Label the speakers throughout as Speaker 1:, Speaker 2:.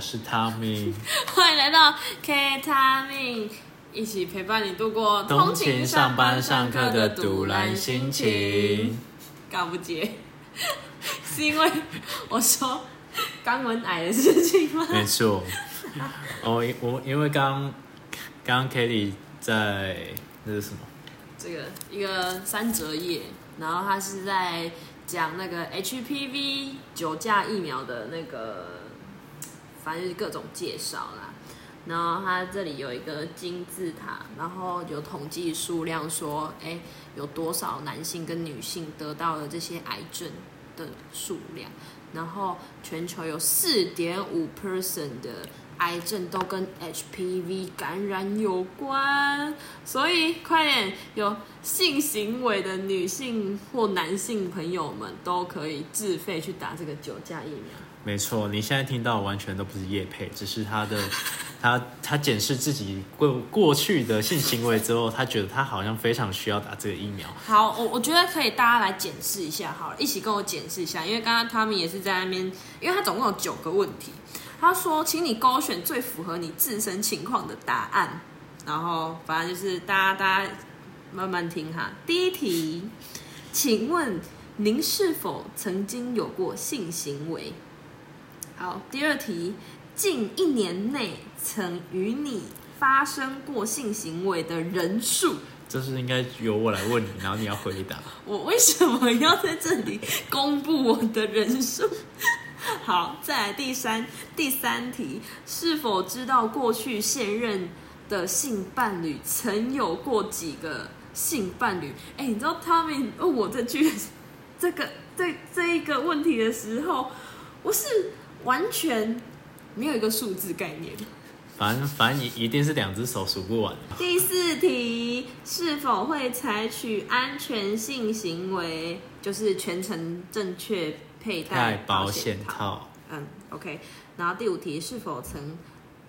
Speaker 1: 是汤米，
Speaker 2: 欢迎来到 K 他命，一起陪伴你度过
Speaker 1: 通
Speaker 2: 通
Speaker 1: 勤
Speaker 2: 勤、
Speaker 1: 上班、上课
Speaker 2: 课
Speaker 1: 的
Speaker 2: 堵
Speaker 1: 堵然心
Speaker 2: 情
Speaker 1: 情。。
Speaker 2: 搞不接， 是因为我说肛门癌的事情吗？
Speaker 1: 没错，我因我因为刚刚 Kelly 在那是什么？
Speaker 2: 这个一个三折页，然后他是在讲那个 HPV 九价疫苗的那个，反正就是各种介绍啦。然后它这里有一个金字塔，然后有统计数量说，哎，有多少男性跟女性得到了这些癌症的数量。然后全球有四点五 percent 的癌症都跟 HPV 感染有关，所以快点，有性行为的女性或男性朋友们都可以自费去打这个九价疫苗。
Speaker 1: 没错，你现在听到完全都不是叶配，只是他的他他检视自己过过去的性行为之后，他觉得他好像非常需要打这个疫苗。
Speaker 2: 好，我我觉得可以大家来检视一下好了，一起跟我检视一下，因为刚刚他们也是在那边，因为他总共有九个问题，他说，请你勾选最符合你自身情况的答案，然后反正就是大家大家慢慢听哈。第一题，请问您是否曾经有过性行为？好，第二题，近一年内曾与你发生过性行为的人数，
Speaker 1: 这是应该由我来问你，然后你要回答。
Speaker 2: 我为什么要在这里公布我的人数？好，再来第三第三题，是否知道过去现任的性伴侣曾有过几个性伴侣？哎、你知道他们问我这句这个这这一个问题的时候，我是完全没有一个数字概念。
Speaker 1: 反正反正一一定是两只手数不完。
Speaker 2: 第四题，是否会采取安全性行为，就是全程正确佩
Speaker 1: 戴
Speaker 2: 戴
Speaker 1: 保
Speaker 2: 险
Speaker 1: 险？套，
Speaker 2: 嗯，OK。然后第五题，是否曾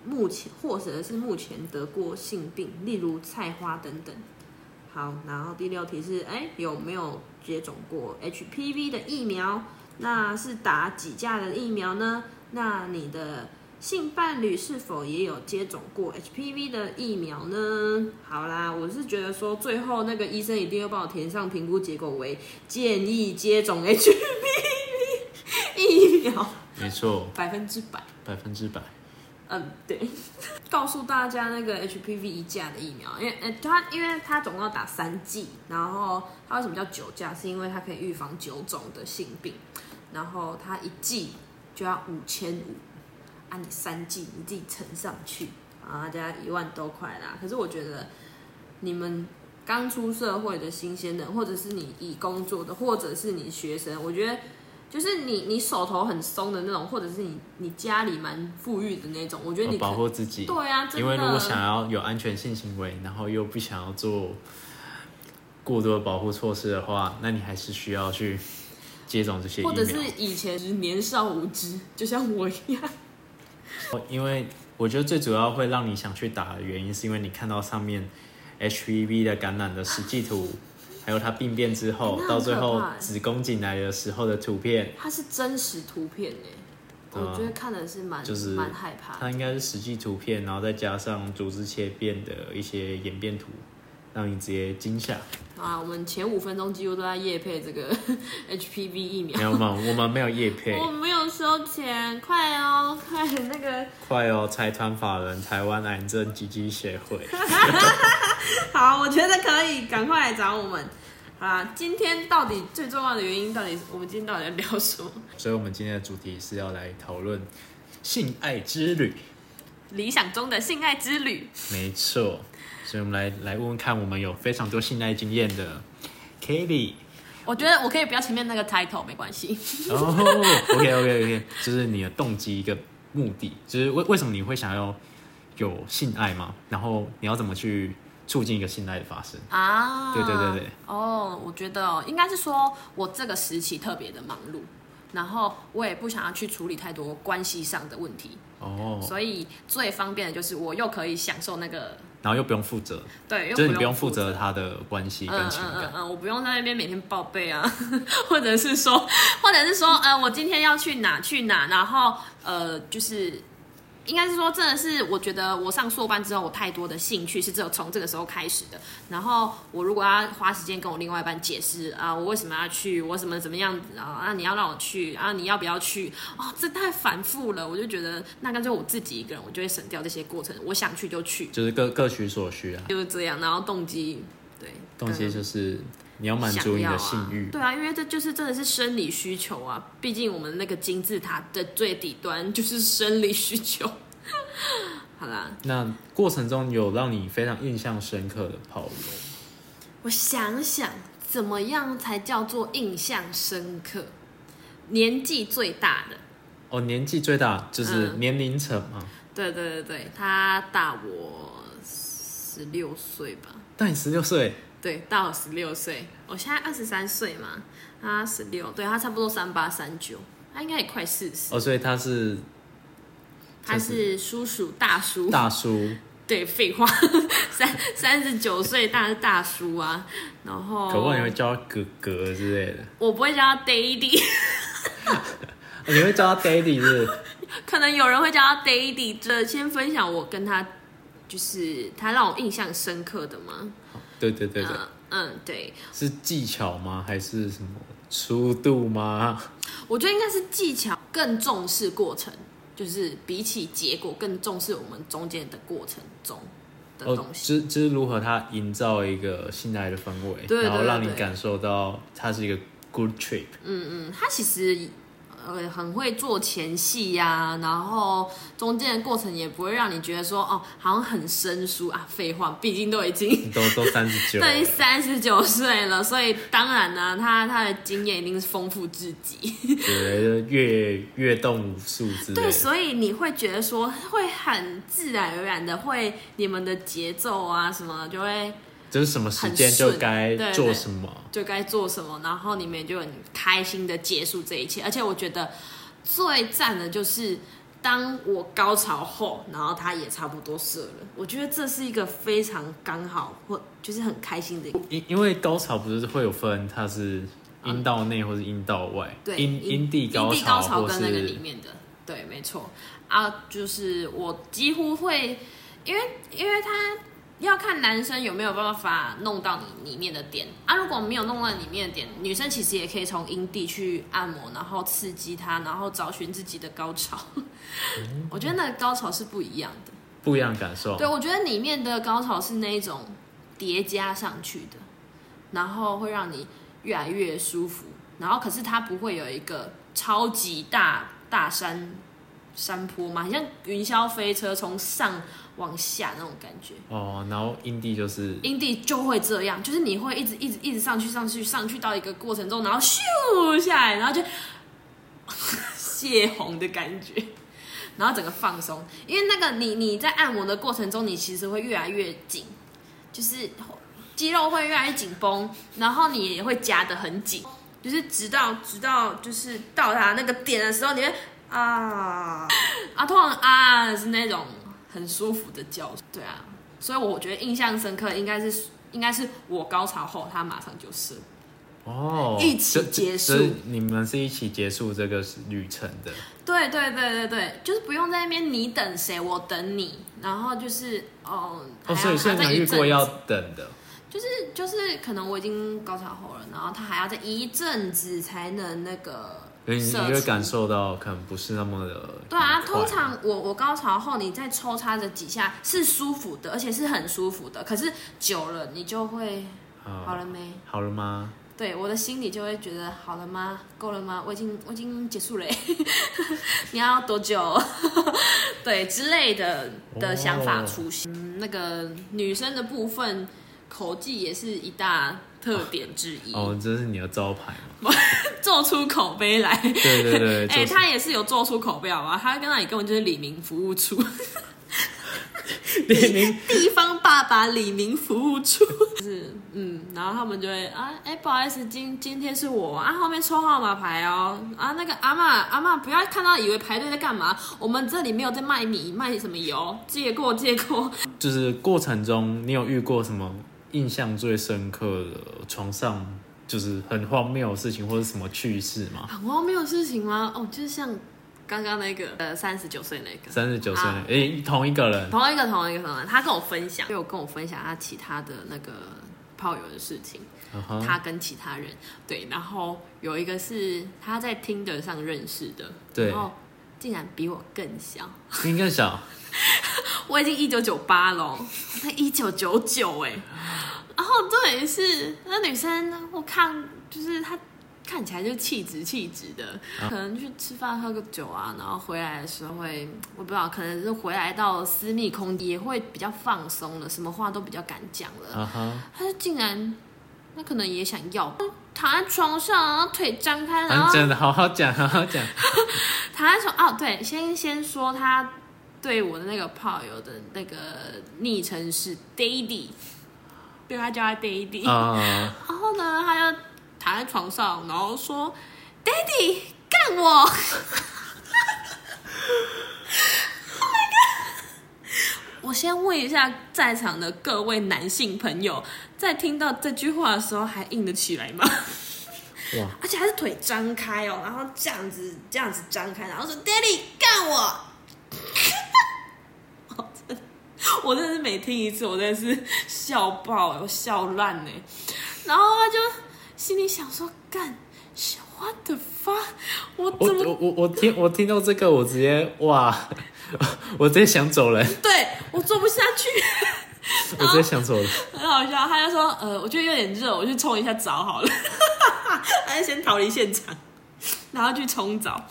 Speaker 2: 目前或者是目前得过性病，例如菜花等等？好，然后第六题是，哎，有没有接种过 HPV 的疫苗？那是打几价的疫苗呢？那你的性伴侣是否也有接种过 HPV 的疫苗呢？好啦，我是觉得说最后那个医生一定要帮我填上评估结果为建议接种 HPV 疫苗，
Speaker 1: 没错，
Speaker 2: 百分之百。
Speaker 1: 百分之百。
Speaker 2: 嗯，对，告诉大家那个 HPV 一价的疫苗，因为呃，它因为它总共要打三剂，然后它为什么叫九价？是因为它可以预防九种的性病，然后它一剂就要五千五，按你三剂你自己乘上去，啊，大家一万多块啦。可是我觉得你们刚出社会的新鲜人，或者是你已工作的，或者是你学生，我觉得。就是你，你手头很松的那种，或者是你你家里蛮富裕的那种，我觉得
Speaker 1: 我
Speaker 2: 你可
Speaker 1: 保护自己，
Speaker 2: 对啊，真的
Speaker 1: 因为如果想要有安全性行为，然后又不想要做过多的保护措施的话，那你还是需要去接种这些疫
Speaker 2: 或者是
Speaker 1: 苗。
Speaker 2: 以前就是年少无知，就像我一样，
Speaker 1: 因为我觉得最主要会让你想去打的原因，是因为你看到上面 HPV 的感染的实际图，还有它病变之后
Speaker 2: 哎那，很
Speaker 1: 到最后
Speaker 2: 可怕哎
Speaker 1: 子宫颈癌的时候的图片，
Speaker 2: 它是真实图片哎、
Speaker 1: 对啊
Speaker 2: 我觉得看的是蛮
Speaker 1: 就是
Speaker 2: 蛮害怕的。
Speaker 1: 它应该是实际图片，然后再加上组织切片的一些演变图，让你直接惊吓。
Speaker 2: 啊，我们前五分钟几乎都在夜配这个 HPV 疫苗
Speaker 1: 没，有嘛，我们没有叶配，
Speaker 2: 我没有收钱，快哦， 快那个
Speaker 1: 快哦！财团法人台湾癌症基金协会，
Speaker 2: 好，我觉得可以，赶快来找我们。好啦，今天到底最重要的原因到底，我们今天到底在聊什么？
Speaker 1: 所以我们今天的主题是要来讨论性爱之旅，
Speaker 2: 理想中的性爱之旅。
Speaker 1: 没错。所以我们来来问问看，我们有非常多性爱经验的 Kelly。
Speaker 2: 我觉得我可以不要前面那个 title 没关系。
Speaker 1: 哦、o k OK OK，就是你的动机一个目的，就是为为什么你会想要有性爱嘛？然后你要怎么去促进一个性爱的发生？
Speaker 2: 啊，
Speaker 1: 对对对对。
Speaker 2: 哦，我觉得哦应该是说我这个时期特别的忙碌，然后我也不想要去处理太多关系上的问题，
Speaker 1: 哦、
Speaker 2: 所以最方便的就是我又可以享受那个
Speaker 1: 然后又不用负责，
Speaker 2: 对，又
Speaker 1: 就是你不
Speaker 2: 不
Speaker 1: 用
Speaker 2: 用
Speaker 1: 负责
Speaker 2: 责。
Speaker 1: 他的关系跟
Speaker 2: 嗯
Speaker 1: 情
Speaker 2: 嗯
Speaker 1: 感
Speaker 2: 嗯。嗯，我不用在那边每天报备啊， 或者是说，或者是说，呃，我今天要去哪去哪，然后呃，就是应该是说，真的是我觉得我上硕班之后，我太多的兴趣是只有从这个时候开始的。然后我如果要花时间跟我另外一半解释啊，我为什么要去，我怎么怎么样子啊，啊你要让我去啊，你要不要去？哦，这太繁复了，我就觉得那干脆我自己一个人，我就会省掉这些过程，我想去就去，
Speaker 1: 就是各各取所需啊。
Speaker 2: 就是这样。然后动机，对，
Speaker 1: 东西就是你要
Speaker 2: 跟
Speaker 1: 满足
Speaker 2: 想
Speaker 1: 你
Speaker 2: 要
Speaker 1: 的
Speaker 2: 啊
Speaker 1: 性欲，
Speaker 2: 对啊，因为这就是真的是生理需求啊，毕竟我们那个金字塔的最底端就是生理需求。 好啦，
Speaker 1: 那过程中有让你非常印象深刻的泡友，
Speaker 2: 我想想，怎么样才叫做印象深刻？年纪最大的，
Speaker 1: 哦，年纪最大就是
Speaker 2: 嗯
Speaker 1: 年龄层嘛，
Speaker 2: 对对对对，他大我十六岁吧，
Speaker 1: 但你十六岁，
Speaker 2: 对，大我十六岁。我现在二十三岁嘛，他十六，对他差不多三八三九，他应该也快四十。
Speaker 1: 哦，所以他是
Speaker 2: 他是叔叔大叔，
Speaker 1: 大叔，
Speaker 2: 对，废话， 三三十九岁大是大叔啊。然后，
Speaker 1: 可不可以你会叫他哥哥之类的？
Speaker 2: 我不会叫他 daddy。
Speaker 1: 哦你会叫他 daddy 是不是？
Speaker 2: 可能有人会叫他 Daddy。这先分享我跟他，就是他让我印象深刻的嘛。
Speaker 1: 对对对对，
Speaker 2: 嗯嗯，对，
Speaker 1: 是技巧吗？还是什么粗度吗？
Speaker 2: 我觉得应该是技巧更重视过程，就是比起结果更重视我们中间的过程中的
Speaker 1: 哦
Speaker 2: 东，西。
Speaker 1: 就是就是如何他营造一个信赖的氛围，
Speaker 2: 对对
Speaker 1: 然后让你
Speaker 2: 对对
Speaker 1: 感受到它是一个 good trip。
Speaker 2: 嗯，他其实。呃，很会做前戏呀、然后中间的过程也不会让你觉得说，哦，好像很生疏啊。废话，毕竟都已经
Speaker 1: 都都三十九，
Speaker 2: 对，三十九岁了，所以当然呢、啊他他的经验一定是丰富至极。
Speaker 1: 对，越越动武术之类
Speaker 2: 对，
Speaker 1: 的。
Speaker 2: 所以你会觉得说，会很自然而然的会你们的节奏啊什么就会
Speaker 1: 就是什么时间就该
Speaker 2: 很顺对对
Speaker 1: 做什么。
Speaker 2: 就该做什么，然后你们就很开心的结束这一切。而且我觉得最赞的就是。当我高潮后，然后他也差不多射了，我觉得这是一个非常刚好或就是很开心的一个
Speaker 1: 因因为高潮不是会有分，它是阴道内或是阴道外，
Speaker 2: 对，
Speaker 1: 阴阴蒂
Speaker 2: 高
Speaker 1: 潮或
Speaker 2: 跟那个里
Speaker 1: 是
Speaker 2: 面的，对，没错啊，就是我几乎会，因为因为他要看男生有没有办法弄到你里面的点啊，如果没有弄到里面的点，女生其实也可以从阴蒂去按摩，然后刺激它，然后找寻自己的高潮。
Speaker 1: 嗯
Speaker 2: 我觉得那个高潮是不一样的，
Speaker 1: 不一样的感受
Speaker 2: 对。我觉得里面的高潮是那一种叠加上去的，然后会让你越来越舒服，然后可是它不会有一个超级大大山山坡嘛，很像云霄飞车从上往下那种感觉。
Speaker 1: 哦，然后阴蒂就是
Speaker 2: 阴蒂就会这样，就是你会一直一直一直上去上去上去到一个过程中，然后咻下来，然后就泄洪的感觉，然后整个放松，因为那个你你在按摩的过程中，你其实会越来越紧，就是哦肌肉会越来越紧绷，然后你也会夹得很紧，就是直到直到就是到达那个点的时候，你会啊啊，通常啊是那种很舒服的叫，对啊，所以我觉得印象深刻应该是应该是我高潮后，他马上就射，
Speaker 1: 哦，
Speaker 2: 一起
Speaker 1: 这这
Speaker 2: 结束
Speaker 1: 这你们是一起结束这个旅程的。
Speaker 2: 对对对对对，就是不用在那边你等谁，我等你，然后就是哦，
Speaker 1: 哦，
Speaker 2: 还
Speaker 1: 所以
Speaker 2: 要
Speaker 1: 所以
Speaker 2: 还
Speaker 1: 你
Speaker 2: 在
Speaker 1: 们
Speaker 2: 一
Speaker 1: 遇
Speaker 2: 阵
Speaker 1: 过要
Speaker 2: 子
Speaker 1: 等的，
Speaker 2: 就是就是可能我已经高潮后了，然后他还要在一阵子才能那个
Speaker 1: 所以你你
Speaker 2: 射
Speaker 1: 会
Speaker 2: 出
Speaker 1: 感受到可能不是那么的。
Speaker 2: 对啊，通常我我高潮后，你再抽插着几下是舒服的，而且是很舒服的。可是久了，你就会好
Speaker 1: 好
Speaker 2: 了没？
Speaker 1: 好了吗？
Speaker 2: 对，我的心里就会觉得好了吗？够了吗？我已经我已经结束了欸， 你要多久？ 对之类的的想法
Speaker 1: 哦
Speaker 2: 出现、嗯那个女生的部分，口技也是一大特点之一，
Speaker 1: 哦，这是你的招牌嘛？
Speaker 2: 做出口碑来。
Speaker 1: 对对对，
Speaker 2: 哎、
Speaker 1: 就是
Speaker 2: 他也是有做出口碑好吧？他跟那里根本就是李明服务处。
Speaker 1: 你你
Speaker 2: 地方爸爸李明服务处， 就是嗯，然后他们就会啊，哎、不好意思，今今天是我啊，后面抽号码牌哦，啊，那个阿妈阿妈，不要看到以为排队在干嘛，我们这里没有在卖米卖什么油，借过借过，
Speaker 1: 就是过程中，你有遇过什么印象最深刻的床上就是很荒谬的事情，或者什么趣事吗？
Speaker 2: 很荒谬的事情吗？哦，就是像刚刚那个呃三十九岁那个，
Speaker 1: 三十九岁
Speaker 2: 啊，
Speaker 1: 诶、同一个人，
Speaker 2: 同一个同一个同一个，他跟我分享，就有跟我分享他其他的那个炮友的事情，
Speaker 1: 嗯哼
Speaker 2: 他跟其他人对，然后有一个是他在 Tinder 上认识的，
Speaker 1: 对
Speaker 2: 然后竟然比我更小，
Speaker 1: 应该小，
Speaker 2: 我已经一九九八了，他一九九九哎，然后重点是那女生，我看就是她看起来就气质气质的，
Speaker 1: 啊
Speaker 2: 可能去吃饭喝个酒啊，然后回来的时候会，我不知道，可能是回来到私密空间也会比较放松了，什么话都比较敢讲了。
Speaker 1: 啊哈，
Speaker 2: 她就竟然，那可能也想要，躺在床上，然后腿张开，然
Speaker 1: 啊
Speaker 2: 后
Speaker 1: 真的好好讲，好 好讲，
Speaker 2: 躺在床哦，对，先先说他对我的那个炮友的那个昵称是 Daddy，对他叫他 Daddy，、
Speaker 1: 啊，
Speaker 2: 然后呢，他就躺在床上，然后说 Daddy 干我，Oh my god！我先问一下在场的各位男性朋友，在听到这句话的时候还硬得起来吗？
Speaker 1: 哇，
Speaker 2: 而且还是腿张开哦，然后这样子这样子张开，然后说 “Daddy 干我”， 哦我真的我真的是每听一次，我真的是笑爆，我笑烂呢。然后他就心里想说：“干，what the fuck，我
Speaker 1: 我
Speaker 2: 怎么
Speaker 1: 我我我听我听到这个，我直接哇， 我直接想走人，
Speaker 2: 对我做不下去？”啊
Speaker 1: 我直接想走人，
Speaker 2: 很好笑，他就说：“呃，我觉得有点热，我去冲一下澡好了。” 他就先逃离现场，然后去冲澡。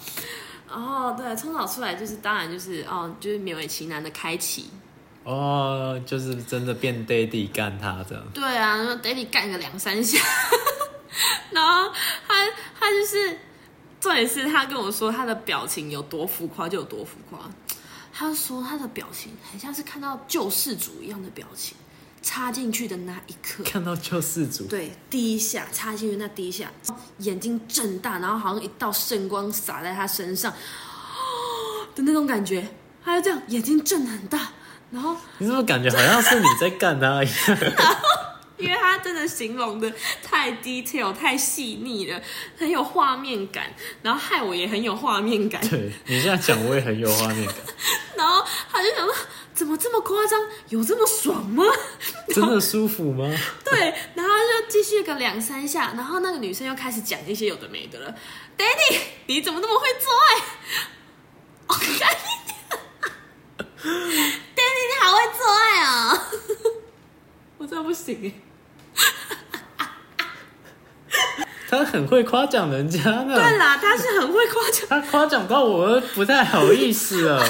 Speaker 2: 然后对，冲澡出来就是，当然就是哦，就是勉为其难的开启。
Speaker 1: 哦，就是真的变 daddy 干他这样，
Speaker 2: 对啊，然后 Daddy 干个两三下， 然后他他就是，重点是他跟我说他的表情有多浮夸就有多浮夸。他说他的表情很像是看到救世主一样的表情，插进去的那一刻，
Speaker 1: 看到救世主，
Speaker 2: 对，第一下插进去那第一下，眼睛睁大，然后好像一道圣光洒在他身上的那种感觉，他就这样眼睛睁得很大，然后
Speaker 1: 你怎么感觉好像是你在干他一样？
Speaker 2: 因为他真的形容的太 detail 太细腻了，很有画面感，然后害我也很有画面感，
Speaker 1: 对你现在讲，我也很有画面感，
Speaker 2: 然后他就想说怎么这么夸张，有这么爽吗？
Speaker 1: 真的舒服吗？
Speaker 2: 对，然后就继续个两三下，然后那个女生又开始讲一些有的没的了。Daddy，你怎么那么会做爱？ 我看你，Daddy，你好会做爱哦！ 我真的不行哎。
Speaker 1: 他很会夸奖人家
Speaker 2: 对
Speaker 1: 呢，
Speaker 2: 啦，他是很会夸奖，
Speaker 1: 他夸奖到我不太好意思 了。哦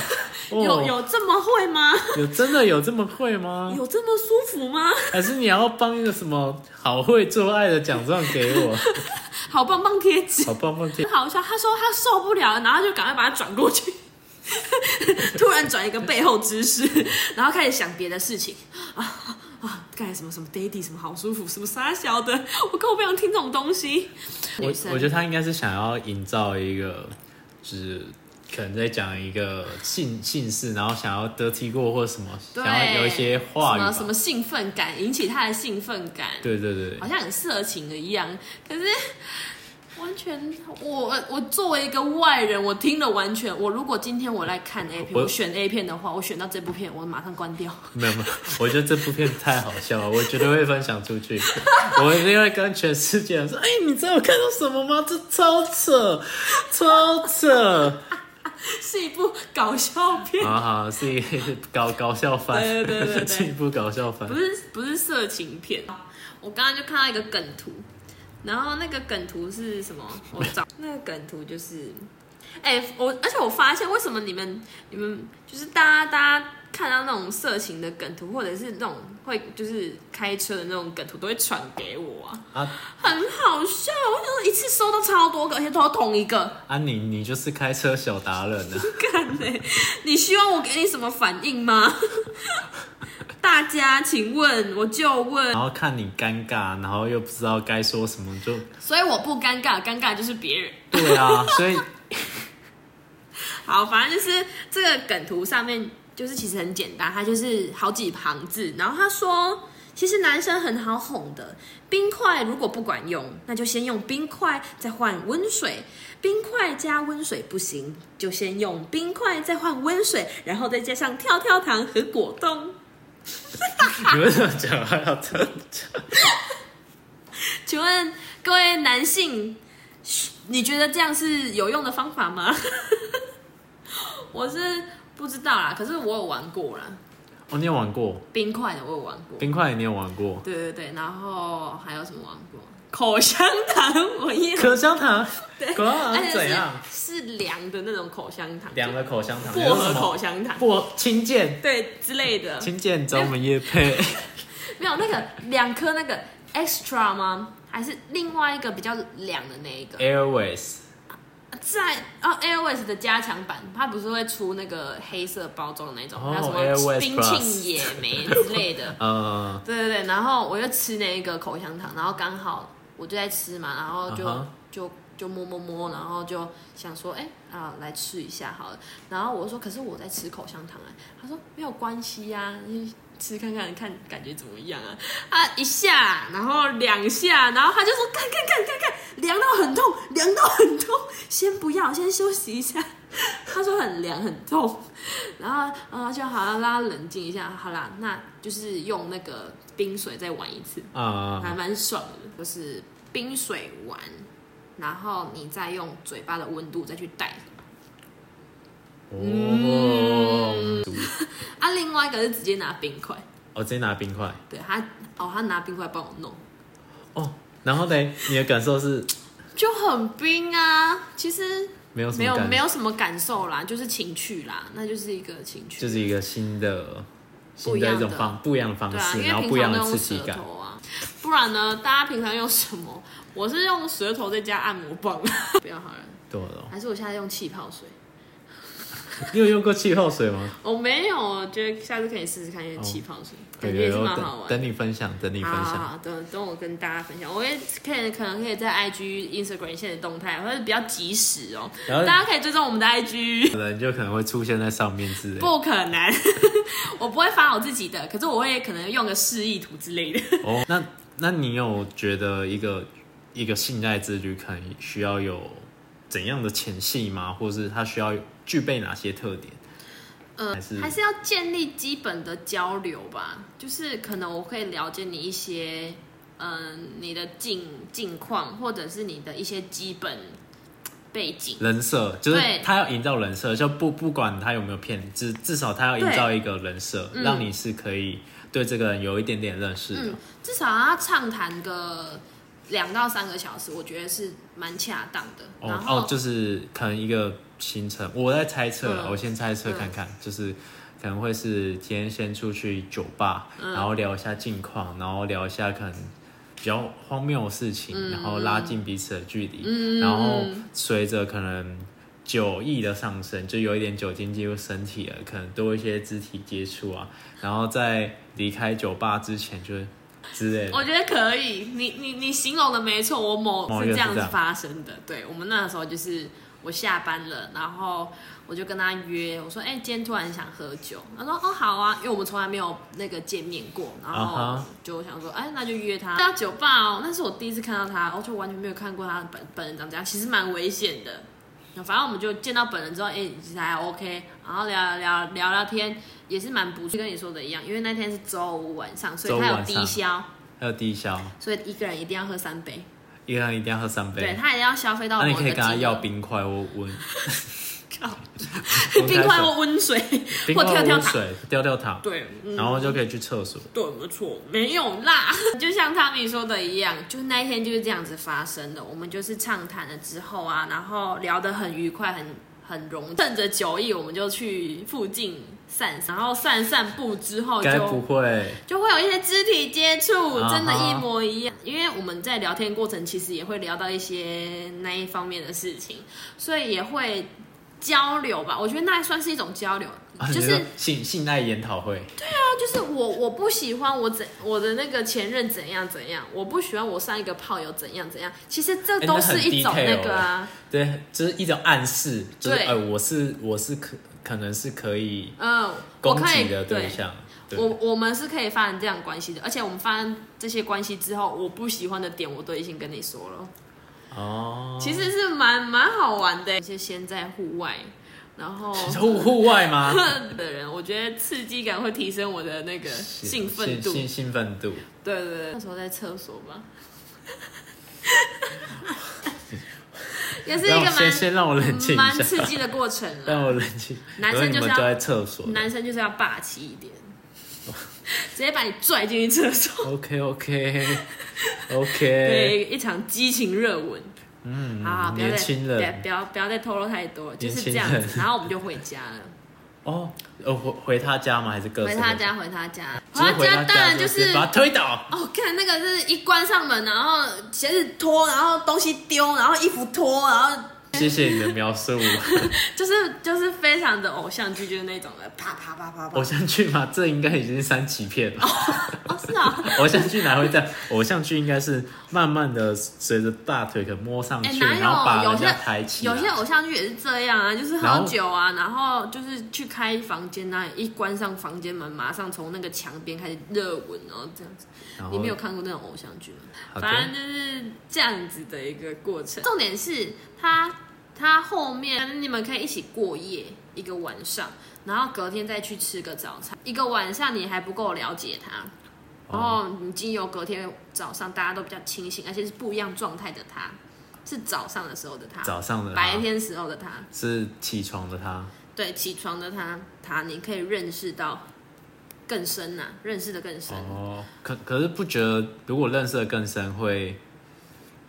Speaker 2: 有有这么会吗？
Speaker 1: 有真的有这么会吗？
Speaker 2: 有这么舒服吗？
Speaker 1: 还是你要帮一个什么好会做爱的奖状给 我？
Speaker 2: 好棒棒贴纸，
Speaker 1: 好棒棒贴
Speaker 2: 很好笑。他说他受不了，然后就赶快把他转过去， 突然转一个背后姿势，然后开始想别的事情啊啊，干、什么什么 daddy 什么好舒服，什么傻小的，我根本不想听这种东西。
Speaker 1: 我
Speaker 2: 女生
Speaker 1: 我觉得他应该是想要营造一个，就是可能在讲一个姓姓氏，然后想要得体过或什么，
Speaker 2: 对
Speaker 1: 想要有一些话语
Speaker 2: 什
Speaker 1: 吧
Speaker 2: 么什么兴奋感，引起他的兴奋感，
Speaker 1: 对对对，
Speaker 2: 好像很色情的一样，可是。完全，我我作为一个外人，我听了完全。我如果今天我来看 A 片，
Speaker 1: 我
Speaker 2: 我选 A 片的话，我选到这部片，我马上关掉。
Speaker 1: 没有没有， 我觉得这部片太好笑了，我绝对会分享出去，我一定会跟全世界人说，哎、你知道我看到什么吗？这超扯，超扯，
Speaker 2: 是一部搞笑片，
Speaker 1: 好好是一个搞搞笑番，
Speaker 2: 对对对 对对
Speaker 1: 是一部搞笑番
Speaker 2: 不，是不是色情片。我刚刚就看到一个梗图，然后那个梗图是什么？我找那个梗图就是，哎、我而且我发现为什么你们你们就是大家大家看到那种色情的梗图，或者是那种会就是开车的那种梗图，都会传给我啊，
Speaker 1: 啊
Speaker 2: 很好笑。我想说一次收到超多个，而且都同一个。
Speaker 1: 啊你你就是开车小达人啊，
Speaker 2: 干呢、你希望我给你什么反应吗？ 大家请问，我就问
Speaker 1: 然，后看你尴尬，然后又不知道该说什么就。
Speaker 2: 所以我不尴尬，尴尬就是别人。
Speaker 1: 对啊， 所以
Speaker 2: 好，反正就是这个梗图上面就是其实很简单，它就是好几行字，然后他说其实男生很好哄的，冰块如果不管用，那就先用冰块，再换温水。冰块加温水不行，就先用冰块，再换温水，然后再加上跳跳糖和果冻。
Speaker 1: 你为什么讲话要这样讲？
Speaker 2: 请问各位男性，嘘你觉得这样是有用的方法吗？ 我是不知道啦，可是我有玩过啦，
Speaker 1: 哦，你有玩过
Speaker 2: 冰块的我有玩过。
Speaker 1: 冰块？你有玩 过
Speaker 2: 对对对，然后还有什么玩过？口香糖，我也
Speaker 1: 口香糖？
Speaker 2: 对
Speaker 1: 口香糖
Speaker 2: 而且
Speaker 1: 是
Speaker 2: 是
Speaker 1: 怎样？
Speaker 2: 是凉的那种口香糖，
Speaker 1: 凉的口香糖，
Speaker 2: 薄荷口香糖，
Speaker 1: 薄青剑，
Speaker 2: 对之类的。
Speaker 1: 青剑找我们 叶配，
Speaker 2: 没有那个两颗那个 extra 吗？还是另外一个比较凉的那一个？
Speaker 1: Airways
Speaker 2: 在哦 Airways 的加强版，它不是会出那个黑色包装的那种，
Speaker 1: 哦
Speaker 2: 还有什
Speaker 1: Airways
Speaker 2: 么冰
Speaker 1: Plus
Speaker 2: 沁野莓之类的。
Speaker 1: 呃，
Speaker 2: 对对对，然后我就吃那一个口香糖，然后刚好我就在吃嘛，然后就、
Speaker 1: 啊哈
Speaker 2: 就就摸摸摸，然后就想说，哎啊，来吃一下好了。然后我就说，可是我在吃口香糖啊。他说没有关系呀、你吃看看看感觉怎么样啊？啊一下，然后两下，然后他就说，看看看看看，凉到很痛，凉到很痛，先不要，先休息一下。他说很凉很痛，然后啊就好了，让他冷静一下，好啦，那就是用那个冰水再玩一次，还
Speaker 1: 啊，
Speaker 2: 蛮爽的，就是冰水玩，然后你再用嘴巴的温度再去带。
Speaker 1: 哦，
Speaker 2: 啊，另外一个是直接拿冰块，
Speaker 1: 我直接拿冰块，
Speaker 2: 对他哦，他拿冰块帮我弄，
Speaker 1: 哦，然后呢，你的感受是
Speaker 2: 就很冰啊，其实
Speaker 1: 没有什
Speaker 2: 没
Speaker 1: 么
Speaker 2: 有
Speaker 1: 感
Speaker 2: 没，有什么感受啦，就是情趣啦，那就是一个情趣，
Speaker 1: 就是一个新的。
Speaker 2: 不
Speaker 1: 新
Speaker 2: 一样
Speaker 1: 的
Speaker 2: 的
Speaker 1: 一种方不一样的方
Speaker 2: 对啊，
Speaker 1: 式，
Speaker 2: 因
Speaker 1: 然
Speaker 2: 为
Speaker 1: 后不
Speaker 2: 平
Speaker 1: 一样
Speaker 2: 常
Speaker 1: 的
Speaker 2: 都
Speaker 1: 刺
Speaker 2: 用舌
Speaker 1: 激感。
Speaker 2: 头啊，不然呢，大家平常用什么？我是用舌头再加按摩棒， 不要好了，
Speaker 1: 对了，
Speaker 2: 还是我现在用气泡水？
Speaker 1: 你有用过气泡水吗？
Speaker 2: 我、没有，我觉得下次可以试试看用气泡水，感觉也是
Speaker 1: 哦有有
Speaker 2: 蛮
Speaker 1: 有
Speaker 2: 好玩
Speaker 1: 等
Speaker 2: 的。啊
Speaker 1: 等你分享，等你
Speaker 2: 好
Speaker 1: 分
Speaker 2: 好
Speaker 1: 享。
Speaker 2: 好，等等我跟大家分享，我也可以可能可以在 IG、Instagram 现在的动态，或者比较及时哦。
Speaker 1: 然后
Speaker 2: 大家可以追踪我们的 IG，
Speaker 1: 可能就可能会出现在上面之类的。
Speaker 2: 不可能， 我不会发我自己的，可是我会可能用个示意图之类的。
Speaker 1: 哦，那那你有觉得一个一个性爱之旅可能需要有怎样的前戏吗？或是它需要具备哪些特点？
Speaker 2: 呃
Speaker 1: 还是，
Speaker 2: 还是要建立基本的交流吧。就是可能我可以了解你一些，嗯、你的近近况，或者是你的一些基本背景。
Speaker 1: 人设就是
Speaker 2: 对
Speaker 1: 他要营造人设，就不不管他有没有骗你，至至少他要营造一个人设，
Speaker 2: 嗯
Speaker 1: 让你是可以对这个人有一点点认识的。
Speaker 2: 嗯，至少要畅谈个两到三个小时，我觉得是蛮恰当的。然
Speaker 1: 哦
Speaker 2: 后、
Speaker 1: 哦，就是可能一个行程，我在猜测啦，
Speaker 2: 嗯
Speaker 1: 我先猜测看看，就是可能会是今天先出去酒吧，
Speaker 2: 嗯
Speaker 1: 然后聊一下近况，然后聊一下可能比较荒谬的事情，
Speaker 2: 嗯
Speaker 1: 然后拉近彼此的距离，然后随着可能。酒意的上升，就有一点酒精进入身体了，可能多一些肢体接触啊，然后在离开酒吧之前就是之类的。
Speaker 2: 我觉得可以，你你你形容的没错，我某
Speaker 1: 某
Speaker 2: 是
Speaker 1: 月
Speaker 2: 这
Speaker 1: 是
Speaker 2: 样
Speaker 1: 这
Speaker 2: 子
Speaker 1: 样
Speaker 2: 发生的。对我们那时候就是我下班了，然后我就跟他约，我说：“哎、今天突然想喝酒。”他说：“哦，好啊，因为我们从来没有那个见面过。”然
Speaker 1: 啊
Speaker 2: 后
Speaker 1: 哈
Speaker 2: 就想说：“哎、那就约他到酒吧哦。”那是我第一次看到他，我哦就完全没有看过他的本本人长这样，其实蛮危险的。反正我们就见到本人之后，哎、其实还 OK，然后聊聊聊聊天，也是蛮不错。跟你说的一样，因为那天是周五晚上，所以他
Speaker 1: 周五
Speaker 2: 有
Speaker 1: 晚上
Speaker 2: 低消，
Speaker 1: 还有低消，
Speaker 2: 所以一个人一定要喝三杯，
Speaker 1: 一个人一定要喝三杯。
Speaker 2: 对他一定要消费到
Speaker 1: 那
Speaker 2: 某一
Speaker 1: 你
Speaker 2: 个
Speaker 1: 可以跟他
Speaker 2: 金额
Speaker 1: 要冰块或温
Speaker 2: 靠
Speaker 1: 温
Speaker 2: 冰块
Speaker 1: 开
Speaker 2: 或温 水
Speaker 1: 水冰
Speaker 2: 或
Speaker 1: 块
Speaker 2: 跳跳
Speaker 1: 或温
Speaker 2: 糖，
Speaker 1: 水跳跳糖，
Speaker 2: 对，嗯，
Speaker 1: 然后就可以去厕所。
Speaker 2: 对，没错，没有啦。 就像汤米说的一样，就那一天就是这样子发生的。我们就是畅谈了之后啊，然后聊得很愉快，很很融，趁着酒意，我们就去附近散散，然后散散步之后哦就
Speaker 1: 该不会
Speaker 2: 就会有一些肢体接触，
Speaker 1: 啊哈
Speaker 2: 真的，一模一样。因为我们在聊天过程，其实也会聊到一些那一方面的事情，所以也会交流吧。我觉得那算是一种交流，
Speaker 1: 啊
Speaker 2: 就
Speaker 1: 你
Speaker 2: 是
Speaker 1: 说性性爱研讨会？
Speaker 2: 那就是我我不喜欢我怎我的那个前任怎样怎样，我不喜欢我上一个炮友怎样怎样。其实这
Speaker 1: 哎
Speaker 2: 都
Speaker 1: 那
Speaker 2: 是
Speaker 1: 很
Speaker 2: 一种
Speaker 1: detail 哎
Speaker 2: 那个啊，
Speaker 1: 对，就是一种暗示，就是
Speaker 2: 对
Speaker 1: 呃，我是我是可可能是可以
Speaker 2: 嗯，我
Speaker 1: 攻
Speaker 2: 可以
Speaker 1: 击的
Speaker 2: 对
Speaker 1: 对象。对
Speaker 2: 我我们是可以发生这样关系的，而且我们发生这些关系之后，我不喜欢的点我都已经跟你说了，
Speaker 1: 哦，
Speaker 2: 其实是蛮蛮好玩的。就先在户外，然后
Speaker 1: 户户外吗？
Speaker 2: 的人，我觉得刺激感会提升我的那个兴奋度。
Speaker 1: 兴兴奋度，
Speaker 2: 对对对，那时候在厕所 吧，也是一
Speaker 1: 让
Speaker 2: 个
Speaker 1: 我先
Speaker 2: 蛮
Speaker 1: 先让我冷静
Speaker 2: 蛮
Speaker 1: 一
Speaker 2: 刺
Speaker 1: 下，
Speaker 2: 激的过程了。
Speaker 1: 让我冷静。
Speaker 2: 男生
Speaker 1: 因为你
Speaker 2: 就是
Speaker 1: 们
Speaker 2: 要
Speaker 1: 都在厕所
Speaker 2: 男生就是要霸气 一点，直接把你拽进去厕所，
Speaker 1: ，OK OK OK，
Speaker 2: 对，一场激情热吻。嗯，好好，不要
Speaker 1: 年
Speaker 2: 再
Speaker 1: 轻
Speaker 2: 不要
Speaker 1: 人
Speaker 2: 不要不要再透露太多了，就是这样
Speaker 1: 年轻
Speaker 2: 子。然后我们就回家了，
Speaker 1: 哦，呃回回他家吗？还是各自
Speaker 2: 回他？家，回他家，
Speaker 1: 只是回
Speaker 2: 家
Speaker 1: 他
Speaker 2: 当然啊就
Speaker 1: 直接
Speaker 2: 是
Speaker 1: 把他推 倒，
Speaker 2: 哦，看那个是一关上门，然后鞋子脱，然后东西丢，然后衣服脱，然后
Speaker 1: 谢谢你的描述，
Speaker 2: 就是就是非常的偶像剧，就是那种的，啪啪啪啪啪
Speaker 1: 偶。像剧嘛，这应该已经是三级片 了。
Speaker 2: 哦，是啊，
Speaker 1: 偶像剧哪会这样？偶像剧应该是慢慢的随着大腿可摸上
Speaker 2: 哎、
Speaker 1: 去，
Speaker 2: 哪
Speaker 1: 然后
Speaker 2: 有？
Speaker 1: 把
Speaker 2: 有
Speaker 1: 人
Speaker 2: 些
Speaker 1: 家抬起来。
Speaker 2: 有些偶像剧也是这样啊，就是
Speaker 1: 然
Speaker 2: 喝
Speaker 1: 后
Speaker 2: 酒啊，然后就是去开房间啊，一关上房间门，马上从那个墙边开始热吻，然后这样子。
Speaker 1: 然
Speaker 2: 你
Speaker 1: 后
Speaker 2: 没有看过那种偶像剧吗？
Speaker 1: 好的
Speaker 2: 反正就是这样子的一个过程。重点是他他后面你们可以一起过夜一个晚上，然后隔天再去吃个早餐。一个晚上你还不够了解他，然后你经由隔天早上大家都比较清醒，而且是不一样状态的他，是早上的时候的他，
Speaker 1: 早上的他
Speaker 2: 白天时候的他，
Speaker 1: 是起床的他，
Speaker 2: 对起床的他，他你可以认识到更深呐、认识的更深，
Speaker 1: 哦，可可是不觉得如果认识的更深会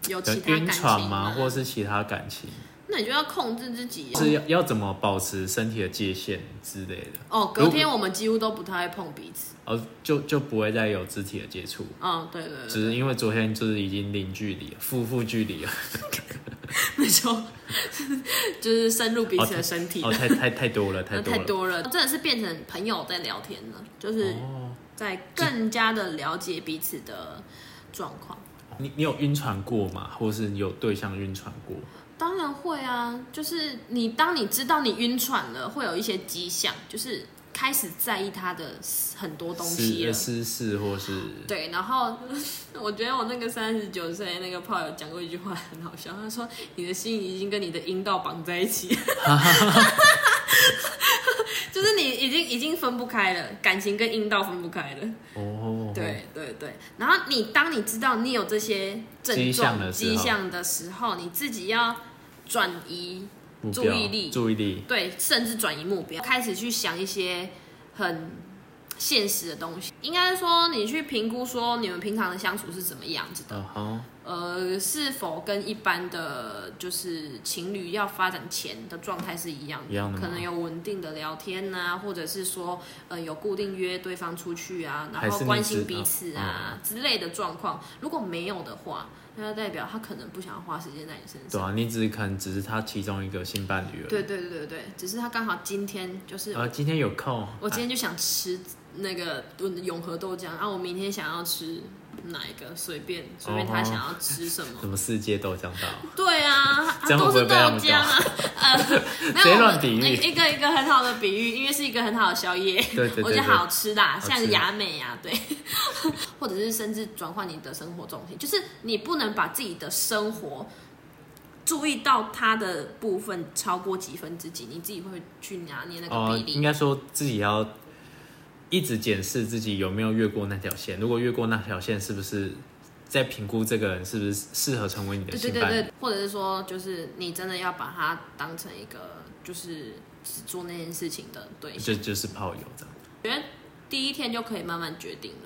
Speaker 2: 有
Speaker 1: 可
Speaker 2: 其
Speaker 1: 能
Speaker 2: 他感
Speaker 1: 晕
Speaker 2: 情
Speaker 1: 船吗，
Speaker 2: 吗？
Speaker 1: 或是其他感情，
Speaker 2: 那你就要控制自己。啊
Speaker 1: 是要要怎么保持身体的界限之类的？
Speaker 2: 哦，隔天我们几乎都不太会碰彼此。
Speaker 1: 哦，就就不会再有肢体的接触，
Speaker 2: 哦，对对对，
Speaker 1: 只是因为昨天就是已经零距离了，负负距离了，
Speaker 2: 那就 就是深入彼此的身体
Speaker 1: 哦，
Speaker 2: 了，
Speaker 1: 太太太多 了，太
Speaker 2: 那
Speaker 1: 多
Speaker 2: 太
Speaker 1: 了，
Speaker 2: 多了，真的是变成朋友在聊天了，就是
Speaker 1: 哦，
Speaker 2: 在更加的了解彼此的状况。
Speaker 1: 你你有晕船过吗？或是你有对象晕船过？
Speaker 2: 当然会啊，就是你当你知道你晕船了，会有一些迹象，就是开始在意他的很多东西
Speaker 1: 私
Speaker 2: 了。
Speaker 1: 私事或是
Speaker 2: 对，然后 我觉得我那个三十九岁那个炮友讲过一句话很好笑，他说：“你的心已经跟你的阴道绑在一 起， 就是你已经已经分不开了，感情跟阴道分不开了。
Speaker 1: 哦，
Speaker 2: 对对对，然后你当你知道你有这些症
Speaker 1: 迹象
Speaker 2: 状
Speaker 1: 的时
Speaker 2: 迹
Speaker 1: 候
Speaker 2: 象的时候，你自己要转移
Speaker 1: 目
Speaker 2: 注
Speaker 1: 标
Speaker 2: 意力
Speaker 1: 注意力，
Speaker 2: 对，甚至转移目标，开始去想一些很现实的东西。应该说，你去评估说你们平常的相处是怎么样子的，
Speaker 1: 嗯哼，
Speaker 2: 呃，是否跟一般的就是情侣要发展前的状态是一样的？
Speaker 1: 一样的吗
Speaker 2: 可能有稳定的聊天呐、或者是说呃有固定约对方出去啊，然
Speaker 1: 还是
Speaker 2: 后
Speaker 1: 你
Speaker 2: 关心
Speaker 1: 知嗯
Speaker 2: 彼此啊、之类的状况。如果没有的话，那就代表他可能不想花时间在你身上。
Speaker 1: 对啊，你只是可能只是他其中一个性伴侣而已。
Speaker 2: 对对对对对，只是他刚好今天就是
Speaker 1: 呃，今天有空，啊
Speaker 2: 我今天就想吃那个永和豆浆，啊，我明天想要吃哪一个，随便随便他想要吃什么
Speaker 1: 啊。什么世界豆浆 道，
Speaker 2: 对啊，
Speaker 1: 这
Speaker 2: 啊
Speaker 1: 样会
Speaker 2: 都
Speaker 1: 不会
Speaker 2: 是豆
Speaker 1: 被他们
Speaker 2: 浆啊， 呃，
Speaker 1: 直
Speaker 2: 没
Speaker 1: 接
Speaker 2: 有
Speaker 1: 乱比喻
Speaker 2: 我一一个一个很好的比喻，因为是一个很好的宵夜，
Speaker 1: 对对对
Speaker 2: 我觉得
Speaker 1: 对
Speaker 2: 好吃啦，
Speaker 1: 吃
Speaker 2: 像雅美啊，对， 或者是甚至转换你的生活重心，就是你不能把自己的生活。注意到它的部分超过几分之几，你自己会去拿捏那个
Speaker 1: 哦
Speaker 2: 比，例。
Speaker 1: 应该说自己要一直检视自己有没有越过那条线，如果越过那条线，是不是在评估这个人是不是适合成为你的
Speaker 2: 对对
Speaker 1: 性
Speaker 2: 对
Speaker 1: 伴侣？
Speaker 2: 对，或者是说，就是你真的要把它当成一个，就是只做那件事情的对象。
Speaker 1: 就就是炮友这样。
Speaker 2: 觉得第一天就可以慢慢决定了。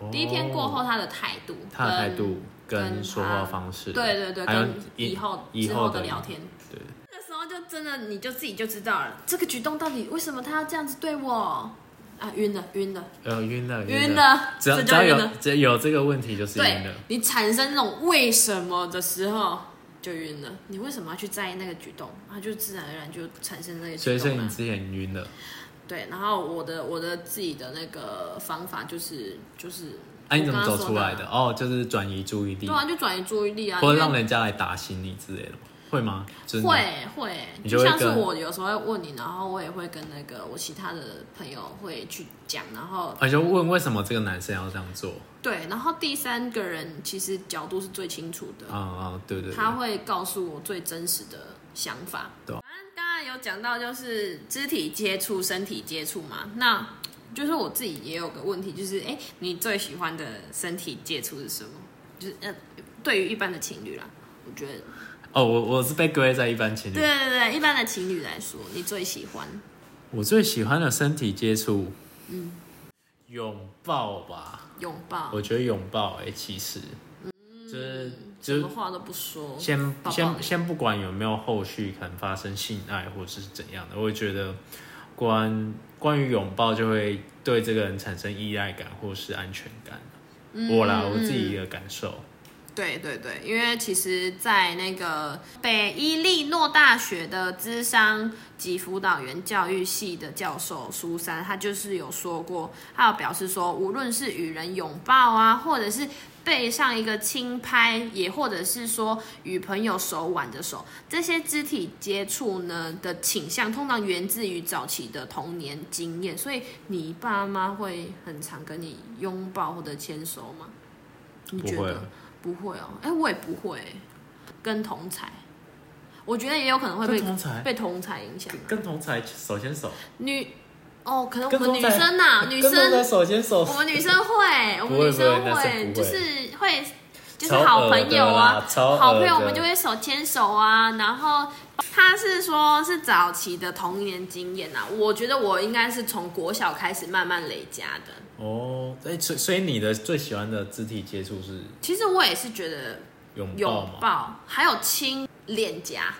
Speaker 1: 哦
Speaker 2: 第一天过，后，他的态度，
Speaker 1: 他的态度
Speaker 2: 跟
Speaker 1: 跟说话方式，
Speaker 2: 跟，对对对，
Speaker 1: 还有
Speaker 2: 跟以后
Speaker 1: 以
Speaker 2: 之
Speaker 1: 后
Speaker 2: 的
Speaker 1: 的
Speaker 2: 聊天，
Speaker 1: 对，
Speaker 2: 那时候就真的你就自己就知道了，这个举动到底为什么他要这样子对我啊？晕了，晕了，
Speaker 1: 呃，晕了，
Speaker 2: 晕
Speaker 1: 了，
Speaker 2: 了，
Speaker 1: 只要
Speaker 2: 这
Speaker 1: 只
Speaker 2: 就
Speaker 1: 要
Speaker 2: 晕
Speaker 1: 有
Speaker 2: 了。
Speaker 1: 只要有这个问题就是晕
Speaker 2: 对
Speaker 1: 了，
Speaker 2: 你产生那种为什么的时候就晕了，你为什么要去在意那个举动？他就自然而然就产生那个
Speaker 1: 所
Speaker 2: 举
Speaker 1: 以说
Speaker 2: 动啊
Speaker 1: 你
Speaker 2: 了。
Speaker 1: 之前晕了，
Speaker 2: 对，然后我的我的自己的那个方法就是就是，
Speaker 1: 哎，你
Speaker 2: 我
Speaker 1: 怎么
Speaker 2: 刚刚
Speaker 1: 走
Speaker 2: 说啊
Speaker 1: 出来的？？哦，就是转移注意力
Speaker 2: 对，啊，就转移注意力啊，
Speaker 1: 或者
Speaker 2: 因为
Speaker 1: 让人家来打醒你之类的吗。会吗？真的
Speaker 2: 会会，
Speaker 1: 你
Speaker 2: 就
Speaker 1: 就会
Speaker 2: 像是
Speaker 1: 跟
Speaker 2: 我有时候会问你，然后我也会跟那个我其他的朋友会去讲，然后
Speaker 1: 啊，就问为什么这个男生要这样做？
Speaker 2: 对，然后第三个人其实角度是最清楚的，
Speaker 1: 啊啊，对对对，
Speaker 2: 他会告诉我最真实的想法。
Speaker 1: 对
Speaker 2: 反正刚刚有讲到就是肢体接触、身体接触嘛，那就是我自己也有个问题，就是哎、诶你最喜欢的身体接触是什么？就是呃，对于一般的情侣啦，我觉得
Speaker 1: 哦，我我是被归在一般情
Speaker 2: 对
Speaker 1: 侣。
Speaker 2: 对对，一般的情侣来说，你最喜欢
Speaker 1: 我最喜欢的身体接触，嗯，拥抱吧，
Speaker 2: 拥抱，
Speaker 1: 我觉得拥抱哎、其实，就是就
Speaker 2: 什
Speaker 1: 是
Speaker 2: 么话都不说，
Speaker 1: 先
Speaker 2: 嗯抱抱
Speaker 1: 先
Speaker 2: 你
Speaker 1: 先不管有没有后续可能发生性爱或者是怎样的，我会觉得关关于拥抱就会对这个人产生依赖感或是安全感。
Speaker 2: 嗯
Speaker 1: 我啦，我自己的感受，
Speaker 2: 对对对，因为其实，在那个北伊利诺大学的资商及辅导员教育系的教授苏珊，她就是有说过，她有表示说，无论是与人拥抱啊，或者是背上一个轻拍，也或者是说与朋友手挽着手，这些肢体接触呢的倾向，通常源自于早期的童年经验。所以，你爸妈会很常跟你拥抱或者牵手吗？你
Speaker 1: 不
Speaker 2: 觉
Speaker 1: 会啊
Speaker 2: 得？不会哦，哎、我也不会、跟同才，我觉得也有可能会
Speaker 1: 跟
Speaker 2: 被
Speaker 1: 同才
Speaker 2: 被同才影响。
Speaker 1: 跟同才手牵手，
Speaker 2: 女哦，可能我
Speaker 1: 跟
Speaker 2: 们
Speaker 1: 同
Speaker 2: 女
Speaker 1: 才
Speaker 2: 生呐、啊女
Speaker 1: 哎跟同才
Speaker 2: 生，
Speaker 1: 手牵手
Speaker 2: 我，们女生会，我
Speaker 1: 不
Speaker 2: 们
Speaker 1: 会
Speaker 2: 女生
Speaker 1: 不会那是不会
Speaker 2: 就是会。就是
Speaker 1: 超
Speaker 2: 好
Speaker 1: 恶
Speaker 2: 朋
Speaker 1: 的
Speaker 2: 友啊
Speaker 1: 啦，超
Speaker 2: 好朋
Speaker 1: 恶
Speaker 2: 友我
Speaker 1: 的
Speaker 2: 们就会手牵手啊。然后他是说，是早期的童年经验啊。我觉得我应该是从国小开始慢慢累加的。
Speaker 1: 哦，哎、所以所以你的最喜欢的肢体接触是
Speaker 2: 其实我也是觉得
Speaker 1: 拥抱
Speaker 2: 拥
Speaker 1: 吗？
Speaker 2: 抱，还有亲脸颊。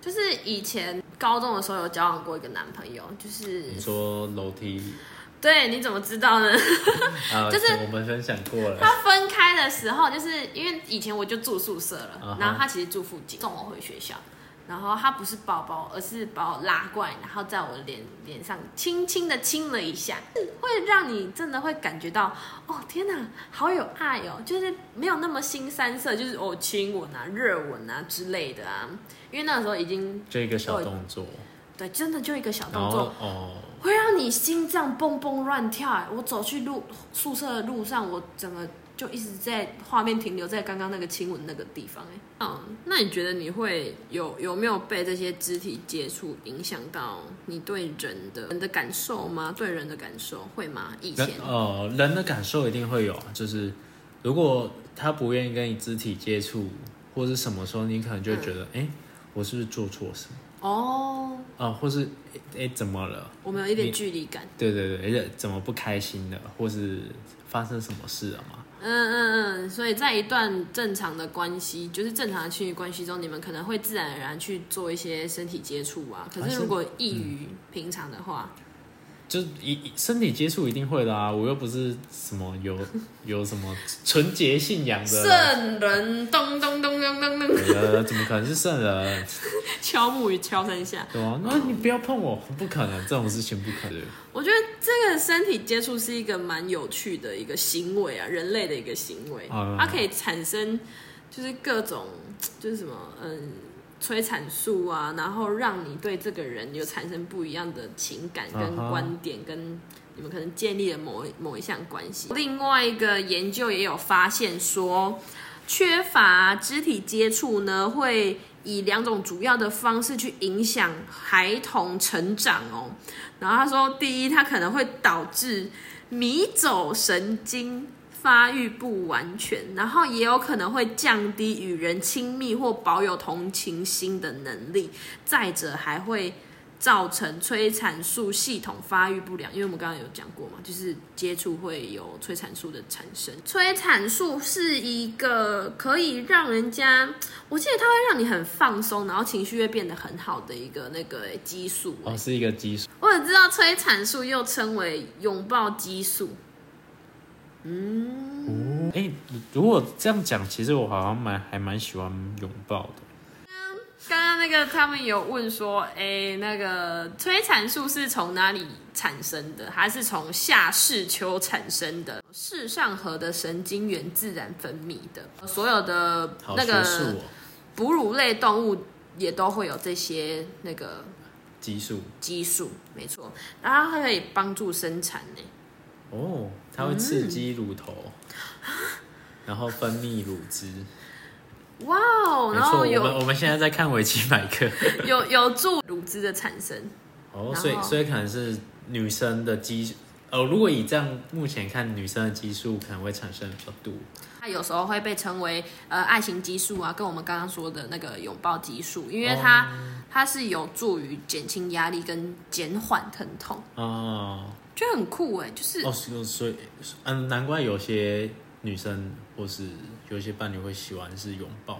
Speaker 2: 就是以前高中的时候有交往过一个男朋友，就是
Speaker 1: 你说楼 梯
Speaker 2: 对，你怎么知道呢？
Speaker 1: 啊，
Speaker 2: 就是
Speaker 1: 我们分享过了，
Speaker 2: 他分开的时候，就是因为以前我就住宿舍了
Speaker 1: 啊哈
Speaker 2: 然后他其实住附近，送我回学校。然后他不是抱抱，而是把我拉过来，然后在我脸脸上轻轻的亲了一下，会让你真的会感觉到，哦天哪，好有爱哦！就是没有那么新三色，就是哦亲吻啊、热吻啊之类的啊。因为那个时候已经
Speaker 1: 这个小动作，
Speaker 2: 对，真的就一个小
Speaker 1: 然
Speaker 2: 哦动作
Speaker 1: 后，哦，
Speaker 2: 会让你心脏蹦蹦乱跳、哎我走去路宿舍的路上，我整个就一直在画面停留在刚刚那个亲吻那个地方、哎，嗯，那你觉得你会有有没有被这些肢体接触影响到你对人的人的感受吗？对人的感受会吗？以前
Speaker 1: 人哦，人的感受一定会有啊，就是如果他不愿意跟你肢体接触，或是什么时候，你可能就会觉得，
Speaker 2: 嗯
Speaker 1: 哎、我是不是做错什么
Speaker 2: 哦，
Speaker 1: 啊，或是哎、诶怎么了？
Speaker 2: 我们有一点
Speaker 1: 你
Speaker 2: 距离感，
Speaker 1: 对对对，诶怎么不开心了，或是发生什么事了嘛？
Speaker 2: 嗯嗯嗯，所以在一段正常的关系，就是正常的亲密关系中，你们可能会自然而然去做一些身体接触啊。可
Speaker 1: 还
Speaker 2: 是
Speaker 1: 是
Speaker 2: 如果异于平常的话，
Speaker 1: 就是一身体接触一定会的啊，我又不是什么有 有什么纯洁信仰的，
Speaker 2: 圣人咚咚咚咚咚咚，
Speaker 1: 呃，怎么可能是圣人？
Speaker 2: 敲木鱼敲三下。
Speaker 1: 对啊，那你不要碰我，不可能，这种事情不可能。
Speaker 2: 我觉得这个身体接触是一个蛮有趣的一个行为啊，人类的一个行为，
Speaker 1: 嗯
Speaker 2: 它可以产生就是各种就是什么嗯催产素啊，然后让你对这个人有产生不一样的情感跟
Speaker 1: 嗯哼
Speaker 2: 观点跟。你们可能建立了某一某一项关系。另外一个研究也有发现说，缺乏肢体接触呢，会以两种主要的方式去影响孩童成长哦。然后他说，第一，它可能会导致迷走神经发育不完全，然后也有可能会降低与人亲密或保有同情心的能力。再者，还会造成催产素系统发育不良，因为我们刚刚有讲过嘛，就是接触会有催产素的产生。催产素是一个可以让人家，我记得它会让你很放松，然后情绪会变得很好的一个那个欸激素。
Speaker 1: 哦，是一个基数，
Speaker 2: 我只知道催产素又称为拥抱激素，
Speaker 1: 哎、如果这样讲，其实我好像蛮还蛮喜欢拥抱的。
Speaker 2: 刚刚那个他们有问说，哎、那个催产素是从哪里产生的？还是从下视丘产生的？视上核的神经元自然分泌的，所有的
Speaker 1: 好
Speaker 2: 那
Speaker 1: 学术
Speaker 2: 个
Speaker 1: 哦，
Speaker 2: 哺乳类动物也都会有这些那个
Speaker 1: 激素
Speaker 2: 激素，没错，然后它可以帮助生产呢。
Speaker 1: 哦，它会刺激乳头，
Speaker 2: 嗯
Speaker 1: 然后分泌乳汁。
Speaker 2: 哇哦，
Speaker 1: 没
Speaker 2: 然
Speaker 1: 错，
Speaker 2: 后
Speaker 1: 我们
Speaker 2: 有
Speaker 1: 我们现在在看维基百科。
Speaker 2: 有有助乳汁的产生。
Speaker 1: 哦，
Speaker 2: 然
Speaker 1: 所以
Speaker 2: 后
Speaker 1: 所以可能是女生的激，呃，如果以这样目前看，女生的激素可能会产生比较多。
Speaker 2: 它有时候会被称为呃爱情激素啊，跟我们刚刚说的那个拥抱激素，因为它、
Speaker 1: 哦
Speaker 2: 它是有助于减轻压力跟减缓疼痛，
Speaker 1: 哦
Speaker 2: 觉得很酷哎、就是、
Speaker 1: 哦，所以所以嗯，难怪有些女生或是有些伴侣会喜欢是拥抱。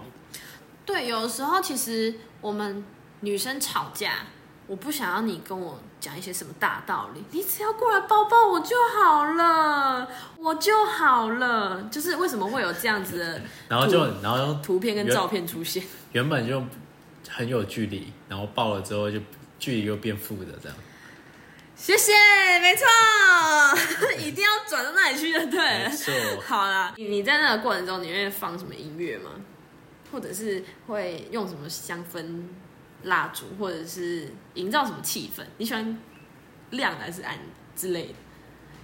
Speaker 2: 对，有时候其实我们女生吵架，我不想要你跟我讲一些什么大道理，你只要过来抱抱我就好了，我就好了，就是为什么会有这样子的
Speaker 1: 然后就，然后
Speaker 2: 图片跟
Speaker 1: 原
Speaker 2: 照片出现？
Speaker 1: 原本就很有距离，然后抱了之后就距离又变负的这样。
Speaker 2: 谢谢，没错， 一定要转到那里去就对了
Speaker 1: 没。错，
Speaker 2: 好啦，你你在那个过程中，你会放什么音乐吗？或者是会用什么香氛蜡烛，或者是营造什么气氛？你喜欢亮的还是暗之类的？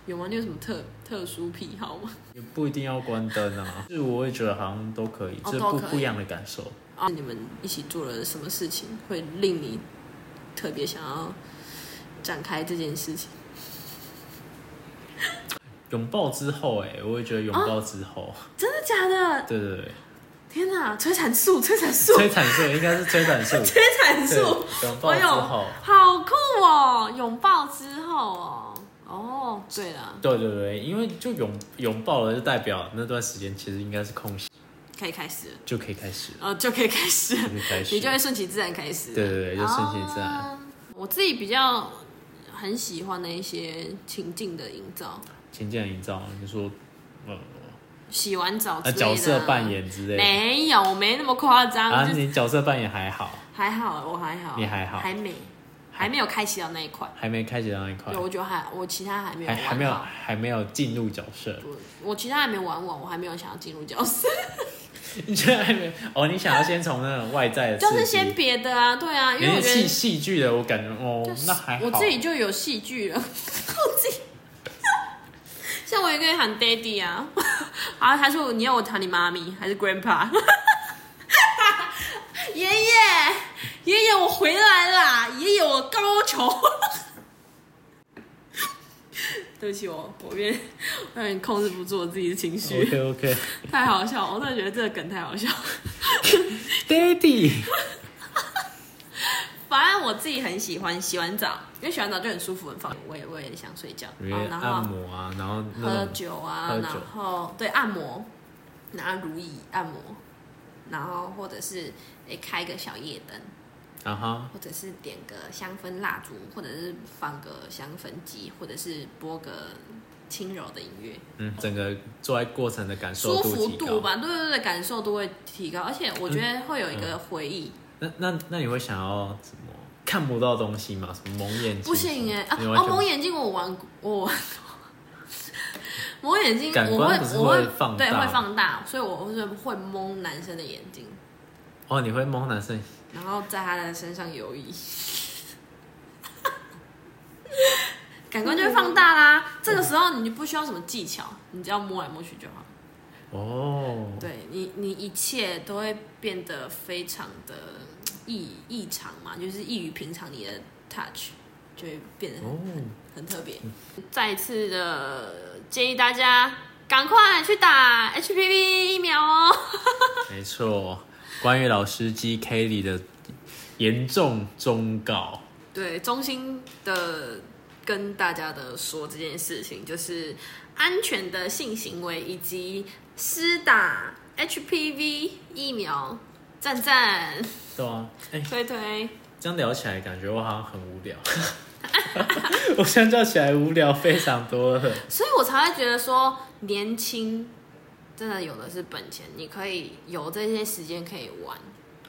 Speaker 2: 有吗？你有什么特特殊癖好吗？
Speaker 1: 也不一定要关灯啊，就是我会觉得好像都可以，
Speaker 2: 哦
Speaker 1: 是
Speaker 2: 都
Speaker 1: 不
Speaker 2: 可以
Speaker 1: 不一样的感受。
Speaker 2: 啊，你们一起做了什么事情会令你特别想要展开这件事情？
Speaker 1: 拥抱之后、哎，我会觉得拥抱之后，
Speaker 2: 真的假的？
Speaker 1: 对对对，
Speaker 2: 天哪！催产素，催产素，
Speaker 1: 催产素应该是催产素，
Speaker 2: 催产
Speaker 1: 对
Speaker 2: 素。哎
Speaker 1: 拥抱之后，
Speaker 2: 好酷哦！拥抱之后哦，哦，对了，
Speaker 1: 对对对，因为就拥拥抱了，就代表那段时间其实应该是空闲，
Speaker 2: 可以开始了，
Speaker 1: 就可以开始了，
Speaker 2: 呃，就可以开始了
Speaker 1: 就，可以开始，
Speaker 2: 你就会顺其自然开始。
Speaker 1: 对对对，就顺其自然。
Speaker 2: 啊我自己比较很喜欢的一些情境的营造，
Speaker 1: 情境营造，你说，呃，
Speaker 2: 洗完澡之类
Speaker 1: 啊，
Speaker 2: 的
Speaker 1: 角色扮演之类的。
Speaker 2: 没有，我没那么夸张，
Speaker 1: 啊，
Speaker 2: 就是
Speaker 1: 你角色扮演还好，
Speaker 2: 还好，我还好，
Speaker 1: 你还好
Speaker 2: 还没，还没有开启到那一块。
Speaker 1: 还没开始到那一块
Speaker 2: 对，，我觉得还我其他还没有
Speaker 1: 还
Speaker 2: 玩
Speaker 1: 还没有
Speaker 2: 好
Speaker 1: 还没有进入角色，
Speaker 2: 我我其他还没玩完，我还没有想要进入角色。
Speaker 1: 你觉得还没哦？你想要先从那种外在的刺
Speaker 2: 就
Speaker 1: 激，
Speaker 2: 是先别的啊，对啊，因为我
Speaker 1: 连
Speaker 2: 觉
Speaker 1: 戏
Speaker 2: 得
Speaker 1: 戏剧的，我感觉哦，那还好，
Speaker 2: 我自己就有戏剧了，我 自己， 像我也可以喊 daddy 啊， 啊，他说你要我喊你妈咪还是 grandpa，爷爷，爷爷我回来啦，爷爷我高潮， 对不起我，我有点我有点控制不住我自己的情绪，
Speaker 1: OK OK，
Speaker 2: 太好笑了，我真的觉得这个梗太好笑了。
Speaker 1: Daddy，
Speaker 2: 反正我自己很喜欢洗完澡，因为洗完澡就很舒服，很放。我也我也想睡觉，
Speaker 1: 因为
Speaker 2: 啊然后
Speaker 1: 按摩啊，然后那
Speaker 2: 喝
Speaker 1: 种
Speaker 2: 酒啊，
Speaker 1: 嗯喝酒
Speaker 2: 然后对按摩，拿如意按摩，然后或者是诶开个小夜灯，
Speaker 1: 啊哈，
Speaker 2: 或者是点个香氛蜡烛，或者是放个香氛机，或者是播个轻柔的音乐，
Speaker 1: 嗯，整个做爱过程的感受
Speaker 2: 舒服
Speaker 1: 提
Speaker 2: 度
Speaker 1: 高。
Speaker 2: 吧，对对对，感受度会提高，而且我觉得会有一
Speaker 1: 嗯
Speaker 2: 个回忆。
Speaker 1: 那那那你会想要什么看不到东西吗？什么蒙眼睛？
Speaker 2: 不行哎、啊
Speaker 1: 你
Speaker 2: 哦，
Speaker 1: 完
Speaker 2: 蒙
Speaker 1: 全
Speaker 2: 眼镜我玩过， 我玩过。蒙眼镜
Speaker 1: 感
Speaker 2: 我会
Speaker 1: 官不是
Speaker 2: 我
Speaker 1: 会放
Speaker 2: 对
Speaker 1: 大
Speaker 2: 会放大，所以我会会蒙男生的眼睛，
Speaker 1: 哦，你会蒙男生？
Speaker 2: 然后在他的身上游移， 感官就会放大啦。这个时候你就不需要什么技巧，你只要摸来摸去就好。
Speaker 1: 哦，
Speaker 2: 对你，你一切都会变得非常的异异常嘛，就是异于平常，你的 touch 就会变得很
Speaker 1: 哦，
Speaker 2: 很特别。再一次的建议大家赶快去打 HPV 疫苗哦。
Speaker 1: 没错，关于老司机 K 里的严重忠告，
Speaker 2: 对，衷心的跟大家的说这件事情，就是安全的性行为以及施打 HPV 疫苗，赞赞
Speaker 1: 对啊，哎、
Speaker 2: 推推。
Speaker 1: 这样聊起来感觉我好像 很无聊，我相较起来无聊非常多了。
Speaker 2: 所以我才会觉得说，年轻真的有的是本钱，你可以有这些时间可以玩。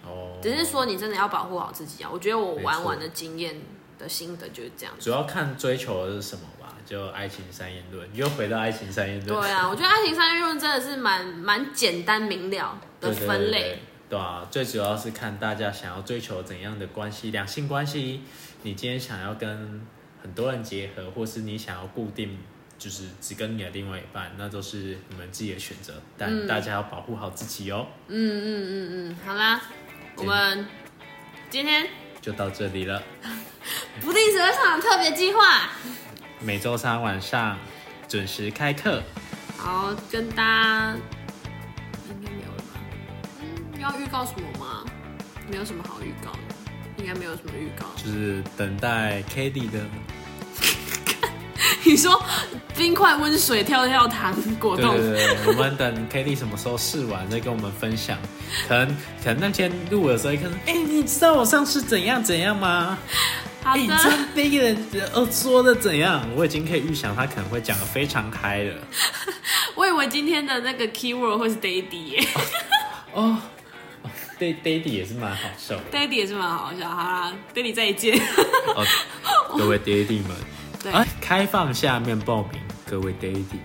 Speaker 1: 哦，
Speaker 2: 只是说你真的要保护好自己啊！我觉得我
Speaker 1: 没
Speaker 2: 玩
Speaker 1: 错
Speaker 2: 玩的经验的心得就是这样子。
Speaker 1: 主要看追求的是什么吧，就爱情三言论，又回到爱情三言论，
Speaker 2: 啊对啊，我觉得爱情三元论真的是蛮蛮简单明了的
Speaker 1: 对，对对
Speaker 2: 分类，
Speaker 1: 对对啊，最主要是看大家想要追求怎样的关系，两性关系，你今天想要跟很多人结合，或是你想要固定，就是只跟你的另外一半，那都是你们自己的选择，但大家要保护好自己哦。
Speaker 2: 嗯嗯嗯嗯，好啦，我们今天
Speaker 1: 就到这里了，
Speaker 2: 不定时会上场特别计划，
Speaker 1: 每周三晚上准时开课，
Speaker 2: 好跟大家应该没有了吧？嗯，要预告什么吗？没有什么好预告的，应该没有什么预告。
Speaker 1: 就是等待 k a t i e 的
Speaker 2: 你说冰块温水跳跳糖果
Speaker 1: 对
Speaker 2: 冻，
Speaker 1: 对对，对我们等 k a t i e 什么时候试完再跟我们分享。可能可能那天录的时候，可能哎、你知道我上次怎样怎样吗？
Speaker 2: 好
Speaker 1: 哎、你
Speaker 2: 的
Speaker 1: 知。道那个人呃说的怎样？我已经可以预想他可能会讲的非常嗨了。
Speaker 2: 我以为今天的那个 keyword 会是 daddy 耶、
Speaker 1: 哦，哦对 Daddy 也是蛮好笑的
Speaker 2: d a d d y 也是蛮好笑。好啦，daddy 再见。
Speaker 1: 哦，各位 Daddy 们，
Speaker 2: 对、
Speaker 1: 哎，开放下面报名，各位 Daddy。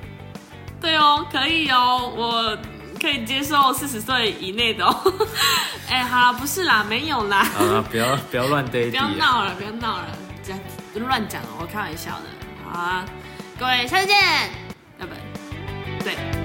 Speaker 2: 对哦，可以哦，我可以接受四十岁以内的哦。 哎、好啦，不是啦，没有啦，
Speaker 1: 好了，不要不要乱 Daddy，
Speaker 2: 不要
Speaker 1: 啊
Speaker 2: 闹了，不要闹了，这样乱讲哦，我开玩笑的。好啊，各位下次见，拜拜。对。